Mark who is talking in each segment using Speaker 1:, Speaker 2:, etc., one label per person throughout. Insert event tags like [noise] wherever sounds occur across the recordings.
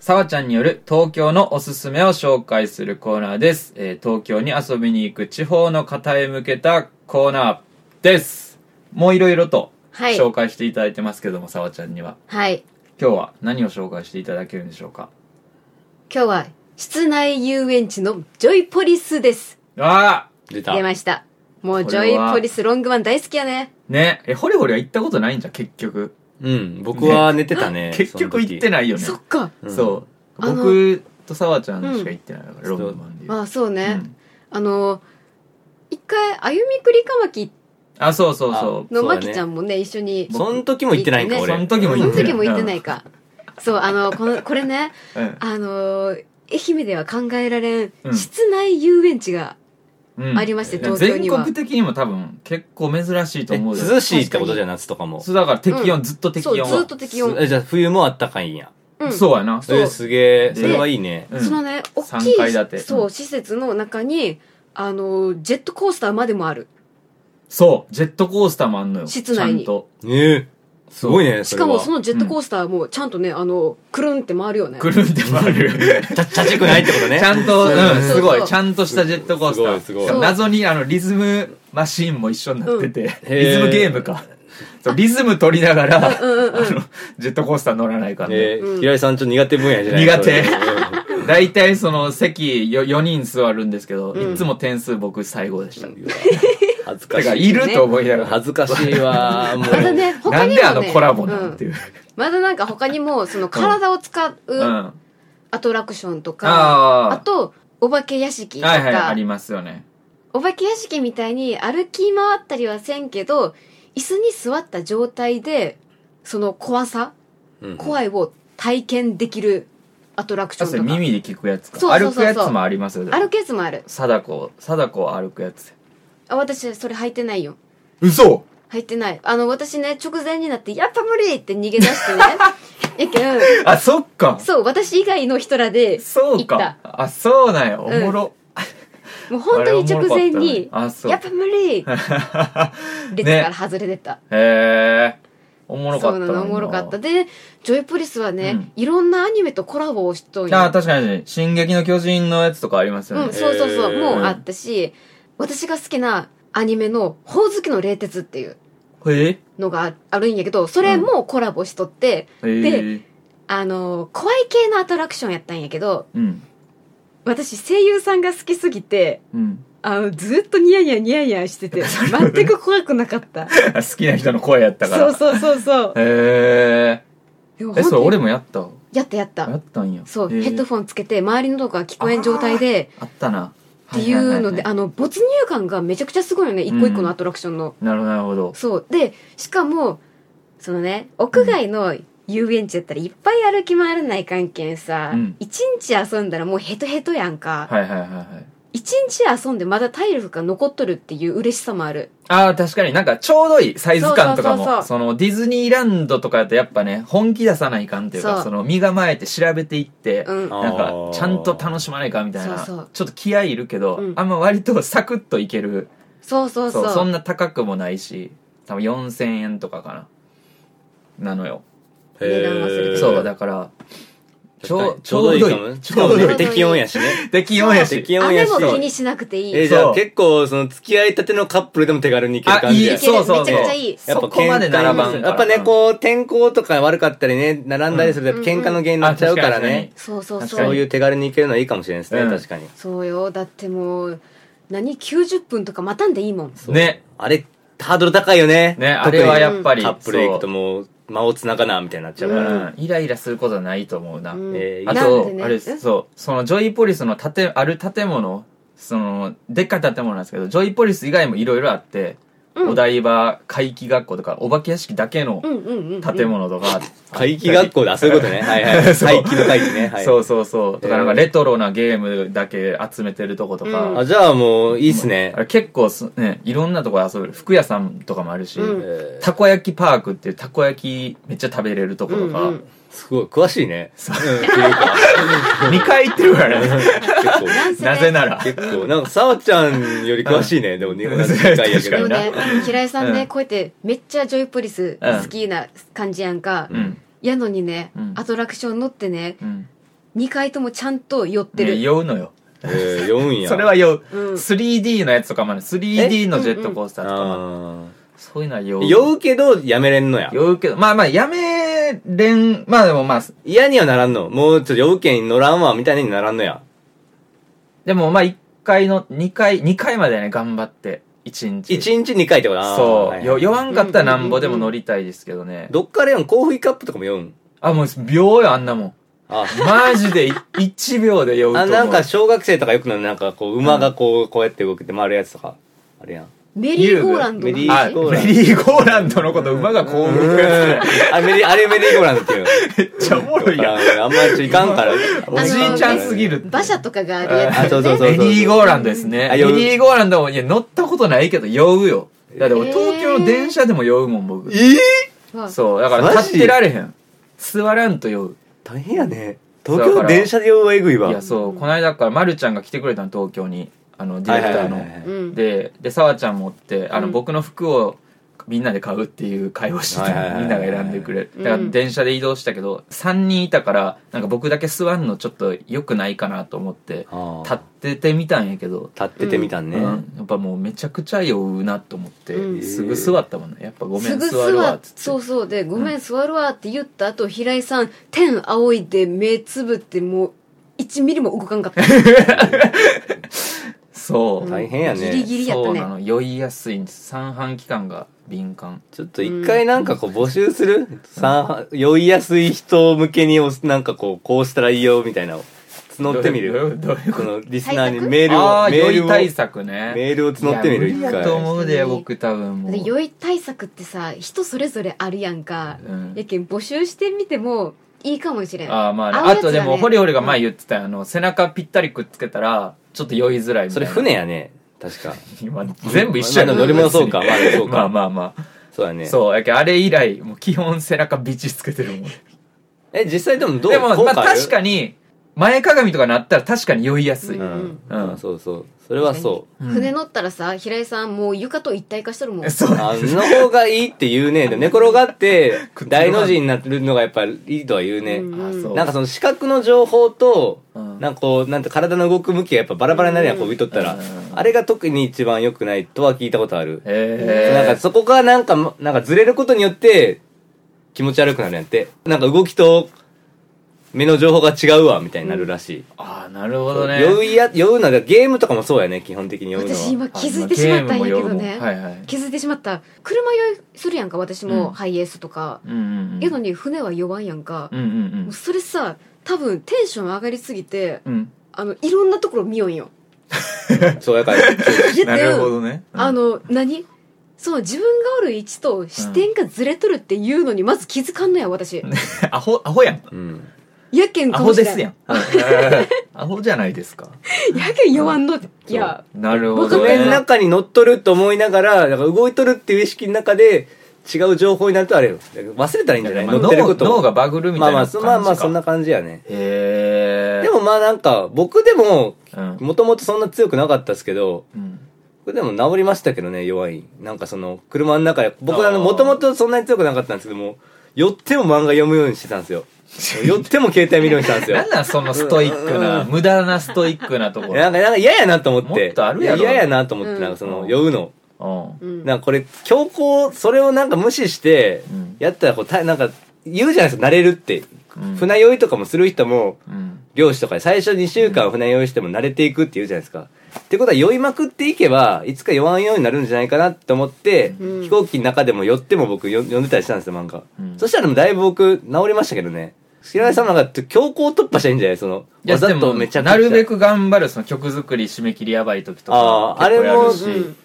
Speaker 1: さわちゃんによる東京のおすすめを紹介するコーナーです。えー東京に遊びに行く地方の方へ向けたコーナーです。もういろいろと
Speaker 2: はい
Speaker 1: 紹介していただいてますけども、さわちゃんには。
Speaker 2: はい。
Speaker 1: 今日は何を紹介していただけるんでしょうか
Speaker 2: 今日は、室内遊園地のジョイポリスです。
Speaker 1: ああ
Speaker 3: 出た
Speaker 2: 出ました。もう
Speaker 1: こ
Speaker 2: ジ
Speaker 1: れは
Speaker 2: ョイポリスロングマン大好きやね。
Speaker 1: ねえ、ホリホリは行ったことないんじゃん、結局。
Speaker 3: うん僕は寝てた [laughs] ね
Speaker 1: 結局行って
Speaker 3: な
Speaker 1: な
Speaker 3: い
Speaker 1: いよね。
Speaker 2: そっか。
Speaker 3: うん
Speaker 1: そう。
Speaker 2: あの
Speaker 1: 僕とさわちゃんしか行ってないから、
Speaker 3: う
Speaker 1: ロ
Speaker 3: ん
Speaker 1: ンドマンでいう。
Speaker 2: まあそうね。
Speaker 1: うん
Speaker 2: あの、一回、あゆみくりかまき
Speaker 1: あ、そうそうそう。
Speaker 2: の
Speaker 3: そう
Speaker 2: ま
Speaker 3: だね
Speaker 2: きちゃんもね、一緒に。
Speaker 3: その時も行ってないんか
Speaker 2: 行って
Speaker 3: 俺
Speaker 1: その時も
Speaker 2: そ
Speaker 1: 行
Speaker 2: の
Speaker 1: ってない
Speaker 2: 時も行ってないか。そう、あの、この、これね、
Speaker 1: うん
Speaker 2: あの、愛媛では考えられん
Speaker 1: う、ん
Speaker 2: 室内遊園地が、
Speaker 1: うん
Speaker 2: ありまして
Speaker 1: いや
Speaker 2: 東京には
Speaker 1: 全国的にも多分結構珍しいと
Speaker 3: え
Speaker 1: 思うよ
Speaker 3: 涼しいってことじゃ夏とかも
Speaker 1: そうだから適温、
Speaker 2: うん
Speaker 1: ずっと適
Speaker 2: そう、
Speaker 1: 温
Speaker 2: ずっと適温。
Speaker 3: えじゃあ冬もあったかいんや
Speaker 2: うん
Speaker 1: そうやな
Speaker 2: そ
Speaker 3: そうれすげえ
Speaker 1: で
Speaker 3: それはいいね
Speaker 1: うん
Speaker 2: そのね、大き
Speaker 1: 三階建て
Speaker 2: い、そう、施設の中に、あの、ジェットコースターまでもある。
Speaker 1: そうジェットコースターもあんのよ
Speaker 2: 室内に
Speaker 1: ちゃんと
Speaker 3: ねえすごいね
Speaker 2: し
Speaker 3: それ
Speaker 2: か
Speaker 3: は
Speaker 2: もそのジェットコースターもちゃんとね、あの、くるんって回るよね。
Speaker 1: くるんで回る
Speaker 3: ちゃちゃ [laughs] ちくないってことね
Speaker 1: ちゃんと、う
Speaker 2: そうんそうそう、
Speaker 1: すごい。ちゃんとしたジェットコースター。
Speaker 3: すごいすごい
Speaker 1: しかも謎に、あの、リズムマシーンも一緒になってて、
Speaker 3: うん
Speaker 1: リズムゲームか。そう、リズム取りながら、あ
Speaker 2: うんうんうん。
Speaker 1: の、ジェットコースター乗らないからね。
Speaker 3: え
Speaker 2: うん
Speaker 3: 平井さんちょっと苦手分野じゃない
Speaker 1: 苦手
Speaker 3: それ
Speaker 1: 大体その席よ4人座るんですけど、
Speaker 2: うん
Speaker 1: いつも点数僕最後でした。
Speaker 3: うん恥ずか
Speaker 1: てか、
Speaker 3: し
Speaker 1: い
Speaker 3: い
Speaker 1: ると思いながら。
Speaker 3: 恥ずかしいわもう
Speaker 2: まだね、
Speaker 1: [laughs] な
Speaker 2: 他
Speaker 1: ん
Speaker 2: にも、ね。
Speaker 1: であのコラボなんて
Speaker 2: うん
Speaker 1: いう。
Speaker 2: まだなんか他にも、その体を使
Speaker 1: うん。
Speaker 2: う
Speaker 1: あ
Speaker 2: アトラクションとか、あ
Speaker 1: あ
Speaker 2: と、お化け屋敷
Speaker 1: ー。
Speaker 2: と
Speaker 1: はいはい、あ
Speaker 2: か
Speaker 1: り、ますよね。
Speaker 2: お化け屋敷みたいに歩き回ったりはせんけど、椅子に座った状態で、その怖さ、
Speaker 3: うん
Speaker 2: 怖いを体験できるアトラクショ
Speaker 1: あ、
Speaker 2: ン
Speaker 1: それ
Speaker 2: とか。
Speaker 1: 耳で聞くやつか。
Speaker 2: そうそうそうそ
Speaker 1: 歩
Speaker 2: う
Speaker 1: くやつもありますよ。でも
Speaker 2: 歩くやつもある。
Speaker 1: 貞子、貞子は歩くやつ。
Speaker 2: あ、私、それ履いてないよ。
Speaker 1: 嘘
Speaker 2: 入ってない。あの、私ね、直前になって、やっぱ無理って逃げ出し
Speaker 1: [laughs]
Speaker 2: てね。やけん、
Speaker 1: あ、そっか
Speaker 2: そう、私以外の人らで、
Speaker 1: そう
Speaker 2: 行っ
Speaker 1: か。あ、そうなんや。おもろ。
Speaker 2: もう本当に直前に、
Speaker 1: あれおもろかったねあそう
Speaker 2: やっぱ無理列から
Speaker 1: ね。
Speaker 2: 外れてった。
Speaker 1: へえ。おもろか
Speaker 2: そ
Speaker 1: っ
Speaker 2: う
Speaker 1: た
Speaker 2: な
Speaker 1: な。
Speaker 2: の、おもろかった。で、ジョイポリスはね、
Speaker 1: うん
Speaker 2: いろんなアニメとコラボをしとん
Speaker 1: ああ、
Speaker 2: よ。
Speaker 1: 確かに。進撃の巨人のやつとかありますよ
Speaker 2: う
Speaker 1: ね。
Speaker 2: ん、そうそうそう、
Speaker 3: へー
Speaker 2: もうあったし、私が好きなアニメの、ほおずきの冷徹っていう
Speaker 1: へえ
Speaker 2: のがああるんやけど、それもコラボしとって、
Speaker 1: へえ。
Speaker 2: あの、怖い系のアトラクションやったんやけど、
Speaker 1: うん。
Speaker 2: 私声優さんが好きすぎて、
Speaker 1: うん。 [laughs]
Speaker 2: あの、ずっとニヤニヤニヤニヤしてて、全く怖くなかった。
Speaker 1: あ好きな人の声やったか
Speaker 2: そう
Speaker 1: ら。
Speaker 2: そうそうそう。
Speaker 1: へえ。
Speaker 2: でも
Speaker 1: え、それ俺
Speaker 2: も。
Speaker 1: もやった。
Speaker 2: やったや
Speaker 1: や
Speaker 2: った。
Speaker 1: ったんや。
Speaker 2: そう、
Speaker 1: へえ
Speaker 2: ヘッドフォンつけて、周りのとこが聞こえん状態で、
Speaker 1: あったな。
Speaker 2: っていうので、
Speaker 1: ははは
Speaker 2: あの、没入感がめちゃくちゃすごいよね、一個一個のアトラクションの。
Speaker 1: いなるほど、なるほど。
Speaker 2: そう。で、しかも、そのね、屋外の遊園地だったらいっぱい歩き回らない関係さ
Speaker 1: うん、
Speaker 2: 一、日遊んだらもうヘトヘトやんか。
Speaker 1: はいはいはいはい。
Speaker 2: 一、日遊んでまだ体力が残っとるっていう嬉しさもある。
Speaker 1: ああ、確かになんかちょうどいいサイズ感とか
Speaker 2: そうそうそうそ
Speaker 1: も。
Speaker 2: う
Speaker 1: そのディズニーランドとかだとやっぱね、本気出さないかんっていう
Speaker 2: そ
Speaker 1: か、
Speaker 2: う
Speaker 1: その身構えて調べていって、
Speaker 2: うん。
Speaker 3: あ
Speaker 1: なんかちゃんと楽しまないかみたいな。
Speaker 2: そうそう
Speaker 1: ちょっと気合いいるけど、
Speaker 2: うん
Speaker 1: あんま割とサクッといける。
Speaker 2: そうそうそう。
Speaker 1: そんな高くもないし、多分4000円とかかな。なのよ。
Speaker 2: 値段忘れて
Speaker 3: へ
Speaker 2: え
Speaker 3: ー
Speaker 2: た
Speaker 1: そう、だから、ち
Speaker 3: ち
Speaker 1: ょ
Speaker 3: ょ
Speaker 1: う
Speaker 3: ちょうどいいかもね。
Speaker 1: ち
Speaker 3: ち
Speaker 1: ょ
Speaker 3: ょ
Speaker 1: うど
Speaker 3: う
Speaker 1: いい
Speaker 3: どいい。適温やしね。
Speaker 1: 適温やし。
Speaker 3: 適温
Speaker 2: 雨
Speaker 3: やし。
Speaker 2: も気にしなくてい
Speaker 3: え
Speaker 2: い。
Speaker 3: ー、じゃ
Speaker 1: そう
Speaker 3: あ結構、その、付き合いたてのカップルでも手軽に行ける
Speaker 1: あ、
Speaker 3: 感
Speaker 1: い
Speaker 3: じ
Speaker 1: い
Speaker 3: や。
Speaker 2: いける
Speaker 1: そうそうそう。
Speaker 2: めちゃくちゃいい
Speaker 1: そこまで並ばん
Speaker 3: う
Speaker 1: か
Speaker 3: ん
Speaker 1: ら。
Speaker 3: やっぱね、こう、天候とか悪かったりね、並んだりすると
Speaker 2: うん
Speaker 3: 喧嘩の原因になっちゃうからね。
Speaker 2: そうそう
Speaker 1: 確
Speaker 2: そ
Speaker 1: か
Speaker 2: う。
Speaker 1: に
Speaker 3: そういう手軽に行けるのはいいかもしれないですね、
Speaker 1: うん
Speaker 3: 確かに。
Speaker 2: そうよ。だってもう、何 ?90 分とか待たんでいいもん。
Speaker 3: そう
Speaker 1: ね。
Speaker 3: あれ、ハードル高いよね。
Speaker 1: ね、あ
Speaker 3: 特に
Speaker 1: れはやっぱり、
Speaker 3: カップルで行くと
Speaker 1: そう
Speaker 3: もう、間を繋がな、みたいになっちゃう
Speaker 1: う
Speaker 3: から。
Speaker 1: ん、イライラすることはないと思うな。
Speaker 2: うん
Speaker 3: えー
Speaker 1: あ
Speaker 2: なん
Speaker 1: と、
Speaker 2: でね、
Speaker 1: あれ
Speaker 2: え
Speaker 1: です、そう、そのジョイポリスの建、ある建物、その、でっかい建物なんですけど、ジョイポリス以外もいろいろあって、
Speaker 2: うん
Speaker 1: お台場怪奇学校とか、お化け屋敷だけの
Speaker 2: うんうんうんうん。
Speaker 1: 建物とか、
Speaker 3: 怪奇学校だ、そういうことね。はいはい。
Speaker 1: [laughs] そう
Speaker 3: 怪奇の怪奇ね。はい。
Speaker 1: そうそうそう、とかなんかレトロなゲームだけ集めてるとことか、
Speaker 2: うん
Speaker 3: あ、じゃあもう、いいっすね
Speaker 1: あ。れ結構すね、いろんなとこで遊べる。服屋さんとかもあるし、
Speaker 2: うん
Speaker 3: えー
Speaker 1: たこ焼きパークっていうたこ焼きめっちゃ食べれるとことか、
Speaker 2: うんうん
Speaker 3: すごい、詳しいね。
Speaker 1: そう
Speaker 3: うん、っていうか、
Speaker 1: 2回行ってるからね。
Speaker 3: 結構。
Speaker 2: 男性
Speaker 1: [laughs]
Speaker 2: ね
Speaker 1: なぜなら。
Speaker 3: 結構、なんか、さわちゃんより詳しいね。でも、日本語
Speaker 1: うん
Speaker 3: 世界や
Speaker 1: 確か
Speaker 3: け
Speaker 2: で
Speaker 3: ど
Speaker 2: も
Speaker 1: にな
Speaker 2: ね、平井さんね、
Speaker 1: うん
Speaker 2: こうやってめっちゃジョイポリス好きな感じやんか。
Speaker 1: うん。
Speaker 2: やのにね、
Speaker 1: うん
Speaker 2: アトラクション乗ってね、
Speaker 1: うん。
Speaker 2: 2回ともちゃんと寄ってる。
Speaker 1: ね、酔うのよ。
Speaker 3: えー、酔うんや。
Speaker 1: それは酔う。
Speaker 2: うん
Speaker 1: 3D のやつとかもある。3D のジェットコースターとかもある。
Speaker 3: あ
Speaker 1: そういうのは酔
Speaker 3: ー
Speaker 1: う。
Speaker 3: 酔うけど、やめれんのや。
Speaker 1: 酔うけど、まあまあ、やめれん、まあでもまあ、
Speaker 3: 嫌にはならんの。もうちょっと酔うけん乗らんわ、みたいにならんのや。
Speaker 1: でもまあ1回の、2回、2回までね、頑張って。1日。
Speaker 3: 一日二回ってことな。
Speaker 1: そう、
Speaker 3: はいはい
Speaker 1: よ酔わんかったらなんぼでも乗りたいですけどね。
Speaker 3: どっから酔うんコーヒーカップとかも酔うん。
Speaker 1: あ、もう秒よ、あんなもん。
Speaker 3: あ、
Speaker 1: [laughs] マジでい1秒で酔うと
Speaker 3: あ
Speaker 1: 思う。
Speaker 3: なんか小学生とかよくのなんかこう、馬がこう、こうやって動けて回るやつとか。
Speaker 1: [laughs]
Speaker 3: あれやん。
Speaker 2: メリーゴーランドの
Speaker 3: メリ
Speaker 1: あ
Speaker 3: ーゴ
Speaker 2: 話
Speaker 3: ー
Speaker 1: メリーゴーランドのこと馬がこう動くや
Speaker 3: あメリあれメリーゴーランドっていう。
Speaker 1: つ。めっちゃおもろいやん。
Speaker 3: [laughs] あんまちょいかんから。
Speaker 1: おじいちゃんすぎるって。
Speaker 2: 馬車とかがあるやつ、ね。
Speaker 3: あそうそうそう
Speaker 1: メリーゴーランドですね。
Speaker 3: あ
Speaker 1: メ
Speaker 3: 酔う
Speaker 1: リーゴーランドも、いや、乗ったことないけど酔うよ。だって俺東京の電車でも酔うもん、僕。
Speaker 3: ええ
Speaker 2: わ
Speaker 1: そう、だから
Speaker 3: マジ
Speaker 1: 立ってられへん。座らんと酔う。
Speaker 3: 大変やね。東京の電車で酔うはえぐいわ。
Speaker 1: いや、そう、この間だから、まるちゃんが来てくれたの、東京に。あの、ディレクターの。
Speaker 2: うん。
Speaker 1: で、で、さわちゃんもおって、あの、
Speaker 2: うん
Speaker 1: 僕の服をみんなで買うっていう会話して
Speaker 3: はいはいはい
Speaker 1: た。
Speaker 3: はい
Speaker 1: みんなが選んでくれる。
Speaker 2: うん
Speaker 1: だから、電車で移動したけど、3人いたから、なんか僕だけ座んのちょっと良くないかなと思って、
Speaker 3: あ
Speaker 1: 立
Speaker 3: ー
Speaker 1: っててみたんやけど、
Speaker 3: 立っててみたんね。
Speaker 1: うんやっぱもうめちゃくちゃ酔うなと思って、
Speaker 2: うん
Speaker 1: すぐ座ったもんね。やっぱごめ
Speaker 2: す
Speaker 1: ん、
Speaker 2: ぐ
Speaker 1: 座る
Speaker 2: 座
Speaker 1: わ、
Speaker 2: っ
Speaker 1: つって。
Speaker 2: そうそうで、ごめん座るわって言った後、平井さん、天仰いで目つぶってもう、1ミリも動か
Speaker 1: [laughs]
Speaker 2: んかった。
Speaker 1: そう。
Speaker 2: うん
Speaker 3: 大変やね
Speaker 2: ギリギリやっ
Speaker 1: そ
Speaker 2: た
Speaker 1: うな
Speaker 2: ね。
Speaker 1: の酔いやすいんです三半規管が敏感
Speaker 3: ちょっと一回なんかこう募集する、さ酔いやすい人向けにおなんかこう、こうしたらいいよみたいなのを募ってみ
Speaker 1: どうい
Speaker 3: る。
Speaker 1: うどういう
Speaker 3: こ
Speaker 1: こと
Speaker 3: のリスナー
Speaker 2: 対
Speaker 3: に
Speaker 2: 策
Speaker 3: メール
Speaker 1: あ
Speaker 3: を、
Speaker 1: あ
Speaker 3: メ
Speaker 1: 酔
Speaker 3: ール
Speaker 1: い
Speaker 3: を、
Speaker 1: 対
Speaker 3: メ
Speaker 1: 策ね
Speaker 3: ールを募ってみる、
Speaker 1: い
Speaker 3: 一
Speaker 1: や無理だ。
Speaker 3: 回
Speaker 1: と思うで僕多分もう
Speaker 2: で酔い対策ってさ、人それぞれあるやんか。
Speaker 1: うん
Speaker 2: やけん募集してみてもいいかもしれん。
Speaker 1: ああまあね
Speaker 2: 合うや
Speaker 1: あ
Speaker 2: つだね
Speaker 1: とでもホリホリが前言ってたよあの背中ぴったりくっつけたらちょっと酔いづらいみた
Speaker 3: そ
Speaker 1: い
Speaker 3: れ
Speaker 1: な
Speaker 3: 船やね。確か。
Speaker 1: 今全部一緒や
Speaker 3: まあ乗り物そうか。まあそう
Speaker 1: まあ
Speaker 3: か。
Speaker 1: まあまあ、
Speaker 3: そうだね。
Speaker 1: そうやけどあれ以来もう基本背中ビチつけてるもん
Speaker 3: え、実際でもどう
Speaker 1: でもまあ確
Speaker 3: に。
Speaker 1: かに前かがみとかなったら確かに酔いやすい、
Speaker 3: う
Speaker 1: うん
Speaker 3: ん。
Speaker 1: うん
Speaker 3: うんそうそう。それはそう。
Speaker 2: 船乗ったらさ、平井さんもう床と一体化しとるもん。
Speaker 1: そう
Speaker 3: あの方がいいって言うね。でも寝転がって
Speaker 1: [laughs] 口、の中
Speaker 3: 大の字になってるのがやっぱいいとは言うね。
Speaker 2: うん
Speaker 1: あそう
Speaker 3: なんかその視覚の情報と、
Speaker 1: うん
Speaker 3: なんかこう、なんて体の動く向きがやっぱバラバラになるやん、こう見とったら
Speaker 1: うん。
Speaker 3: あれが特に一番良くないとは聞いたことある。
Speaker 1: え
Speaker 3: なんかそこがなんか、なんかずれることによって、気持ち悪くなるやんって。なんか動きと、目の情報が違うわ、みたいになるらしい。
Speaker 1: ああなるほどね
Speaker 3: 酔いや、酔うのが、ゲームとかもそうやね、基本的に酔うのは。
Speaker 2: 私今気づいてしまったんやけどね。
Speaker 1: はいはい。
Speaker 2: 気づいてしまった。車酔いするやんか、私
Speaker 1: うん
Speaker 2: もハイエースとか。
Speaker 1: うんうんうん。
Speaker 2: やのに船は弱いやんか。
Speaker 1: うんうん
Speaker 2: もうそれさ、多分テンション上がりすぎて、
Speaker 1: うん。うん。
Speaker 2: あの、いろんなところ見よんよ。
Speaker 3: そう
Speaker 1: [laughs]
Speaker 3: やから。
Speaker 2: で
Speaker 1: なるほどね。うん
Speaker 2: あ、の、何その自分がおる位置と視点がずれとるっていうのにまず気づかんのや、私。
Speaker 1: アホ、アホやん。
Speaker 3: うん。
Speaker 2: やけん
Speaker 1: ア
Speaker 2: か
Speaker 1: ホ
Speaker 2: もし
Speaker 1: で
Speaker 2: れ
Speaker 1: す
Speaker 2: ん。
Speaker 1: やん。アホじゃないですか。
Speaker 2: やけん弱んの。いや、
Speaker 1: なるほ
Speaker 2: 僕
Speaker 1: ど
Speaker 2: の
Speaker 3: 夢の
Speaker 1: ね。
Speaker 3: 中に乗っとると思いながら、なんか動いとるっていう意識の中で、違う情報になるとあれよ。忘れたらいいんじゃない
Speaker 1: まあ
Speaker 3: 乗ってる
Speaker 1: 脳
Speaker 3: ことを
Speaker 1: 脳がバグるみ
Speaker 3: ま
Speaker 1: たいな
Speaker 3: あま
Speaker 1: 感
Speaker 3: あ、
Speaker 1: じ
Speaker 3: そ
Speaker 1: か。
Speaker 3: まあまあ、そんな感じやね。
Speaker 1: へえ。
Speaker 3: でもまあなんか、僕でも、
Speaker 1: うん、
Speaker 3: もともとそんな強くなかったですけど、
Speaker 1: うん。
Speaker 3: 僕でも治りましたけどね、弱い。なんかその、車の中で、僕
Speaker 1: あー
Speaker 3: あの、もともとそんなに強くなかったんですけども、寄っても漫画読むようにしてたんですよ。寄っても携帯見るようにしたんです
Speaker 1: [laughs]
Speaker 3: よ。
Speaker 1: なんなんそのストイックな、無駄なストイックなとこ
Speaker 3: な
Speaker 1: ろ。
Speaker 3: んか、なんか嫌やなと思って。
Speaker 1: もっとあるやろ
Speaker 3: い嫌やなと思って、
Speaker 2: うん
Speaker 3: なんかその、酔うの。
Speaker 1: うん。
Speaker 2: うん。
Speaker 3: なんかこれ、強行、それをなんか無視して
Speaker 1: うん、
Speaker 3: やったらこう、たなんか、言うじゃないですか、慣れるって。
Speaker 1: うん
Speaker 3: 船酔いとかもする人も、
Speaker 1: うん。
Speaker 3: 漁師とかで最初2週間船酔いしても慣れていくって言うじゃないですか。ってことは酔いまくっていけば、いつか酔わんようになるんじゃないかなって思って、
Speaker 2: うん
Speaker 3: 飛行機の中でも酔っても僕よ読んでたりしたんですよ、漫画。
Speaker 1: うん
Speaker 3: そしたらでもだいぶ僕、治りましたけどね。白井さんなんか強行突破したらいいんじゃないその、
Speaker 1: いや、
Speaker 3: わざ
Speaker 1: で
Speaker 3: と
Speaker 1: も、
Speaker 3: めちゃくちゃ。
Speaker 1: なるべく頑張る、その曲作り締め切りやばい時とか。
Speaker 3: あーあれも
Speaker 1: 結構やるし
Speaker 2: うん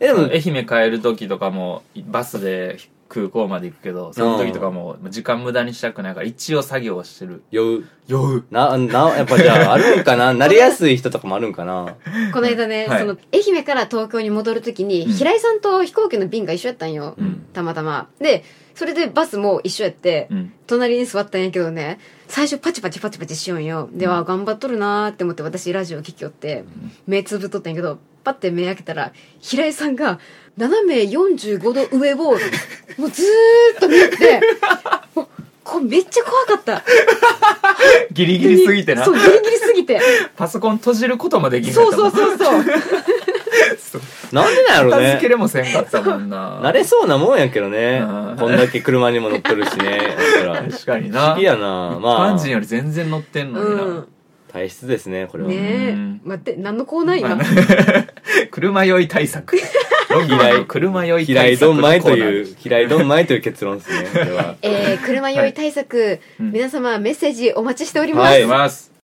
Speaker 3: え。でも、
Speaker 1: 愛媛帰る時とかもバスで空港まで行くけどその時とかも時間無駄にしたくないから一応作業をしてる
Speaker 3: 酔う。
Speaker 1: 酔う
Speaker 3: な、な、やっぱじゃあ、あるん
Speaker 1: [laughs]
Speaker 3: かな慣れやすい人とかもあるんかな
Speaker 2: この間ね、
Speaker 1: はい
Speaker 2: その、愛媛から東京に戻るときに、
Speaker 1: うん
Speaker 2: 平井さんと飛行機の便が一緒やったんよ。
Speaker 3: うん
Speaker 2: たまたま。で、それでバスも一緒やって、
Speaker 1: うん
Speaker 2: 隣に座ったんやけどね、最初パチパチパチパチしよんよ。では、わあ頑張っとるなーって思って私ラジオ聞きよって、目つぶっとったんやけど、パッて目開けたら、平井さんが、斜め45度上を、もうずーっと見よって、こめっちゃ怖かった
Speaker 1: ギリギリすぎてな
Speaker 2: そうギリギリす
Speaker 1: [laughs]
Speaker 2: ぎて
Speaker 1: パソコン閉じることもできんかっ
Speaker 2: そう
Speaker 1: たも
Speaker 2: そ
Speaker 1: ん
Speaker 2: うそ
Speaker 1: [laughs]
Speaker 2: うそう
Speaker 3: なんでなんやろ
Speaker 1: 片
Speaker 3: う
Speaker 1: 付け
Speaker 3: ね。
Speaker 1: れもせんかったもんな
Speaker 3: 慣れそうなもんやけどね
Speaker 1: うん。
Speaker 3: こんだけ車にも乗っとる
Speaker 1: [laughs]
Speaker 3: しね。だから、
Speaker 1: 確かに
Speaker 3: 不
Speaker 1: な
Speaker 3: 思議やな。
Speaker 1: 一般
Speaker 3: まあ
Speaker 1: 人、より全然乗ってんのにな、
Speaker 2: うん
Speaker 3: 体質ですね、これは。
Speaker 2: ねえ
Speaker 1: うん
Speaker 2: 待って何のコーナー今、
Speaker 1: まあね [laughs] 車酔い対策ロギ
Speaker 3: 嫌
Speaker 1: の
Speaker 3: い
Speaker 1: 車酔い
Speaker 3: 平
Speaker 1: 対
Speaker 3: 井
Speaker 1: 策
Speaker 3: どんまいと
Speaker 1: う
Speaker 3: いう、平井どんまいという結論ですね、これは。
Speaker 1: [laughs]
Speaker 2: えー、車酔い対策、
Speaker 1: うん
Speaker 2: 皆様メッセージお待ちしております、
Speaker 3: は
Speaker 1: はいます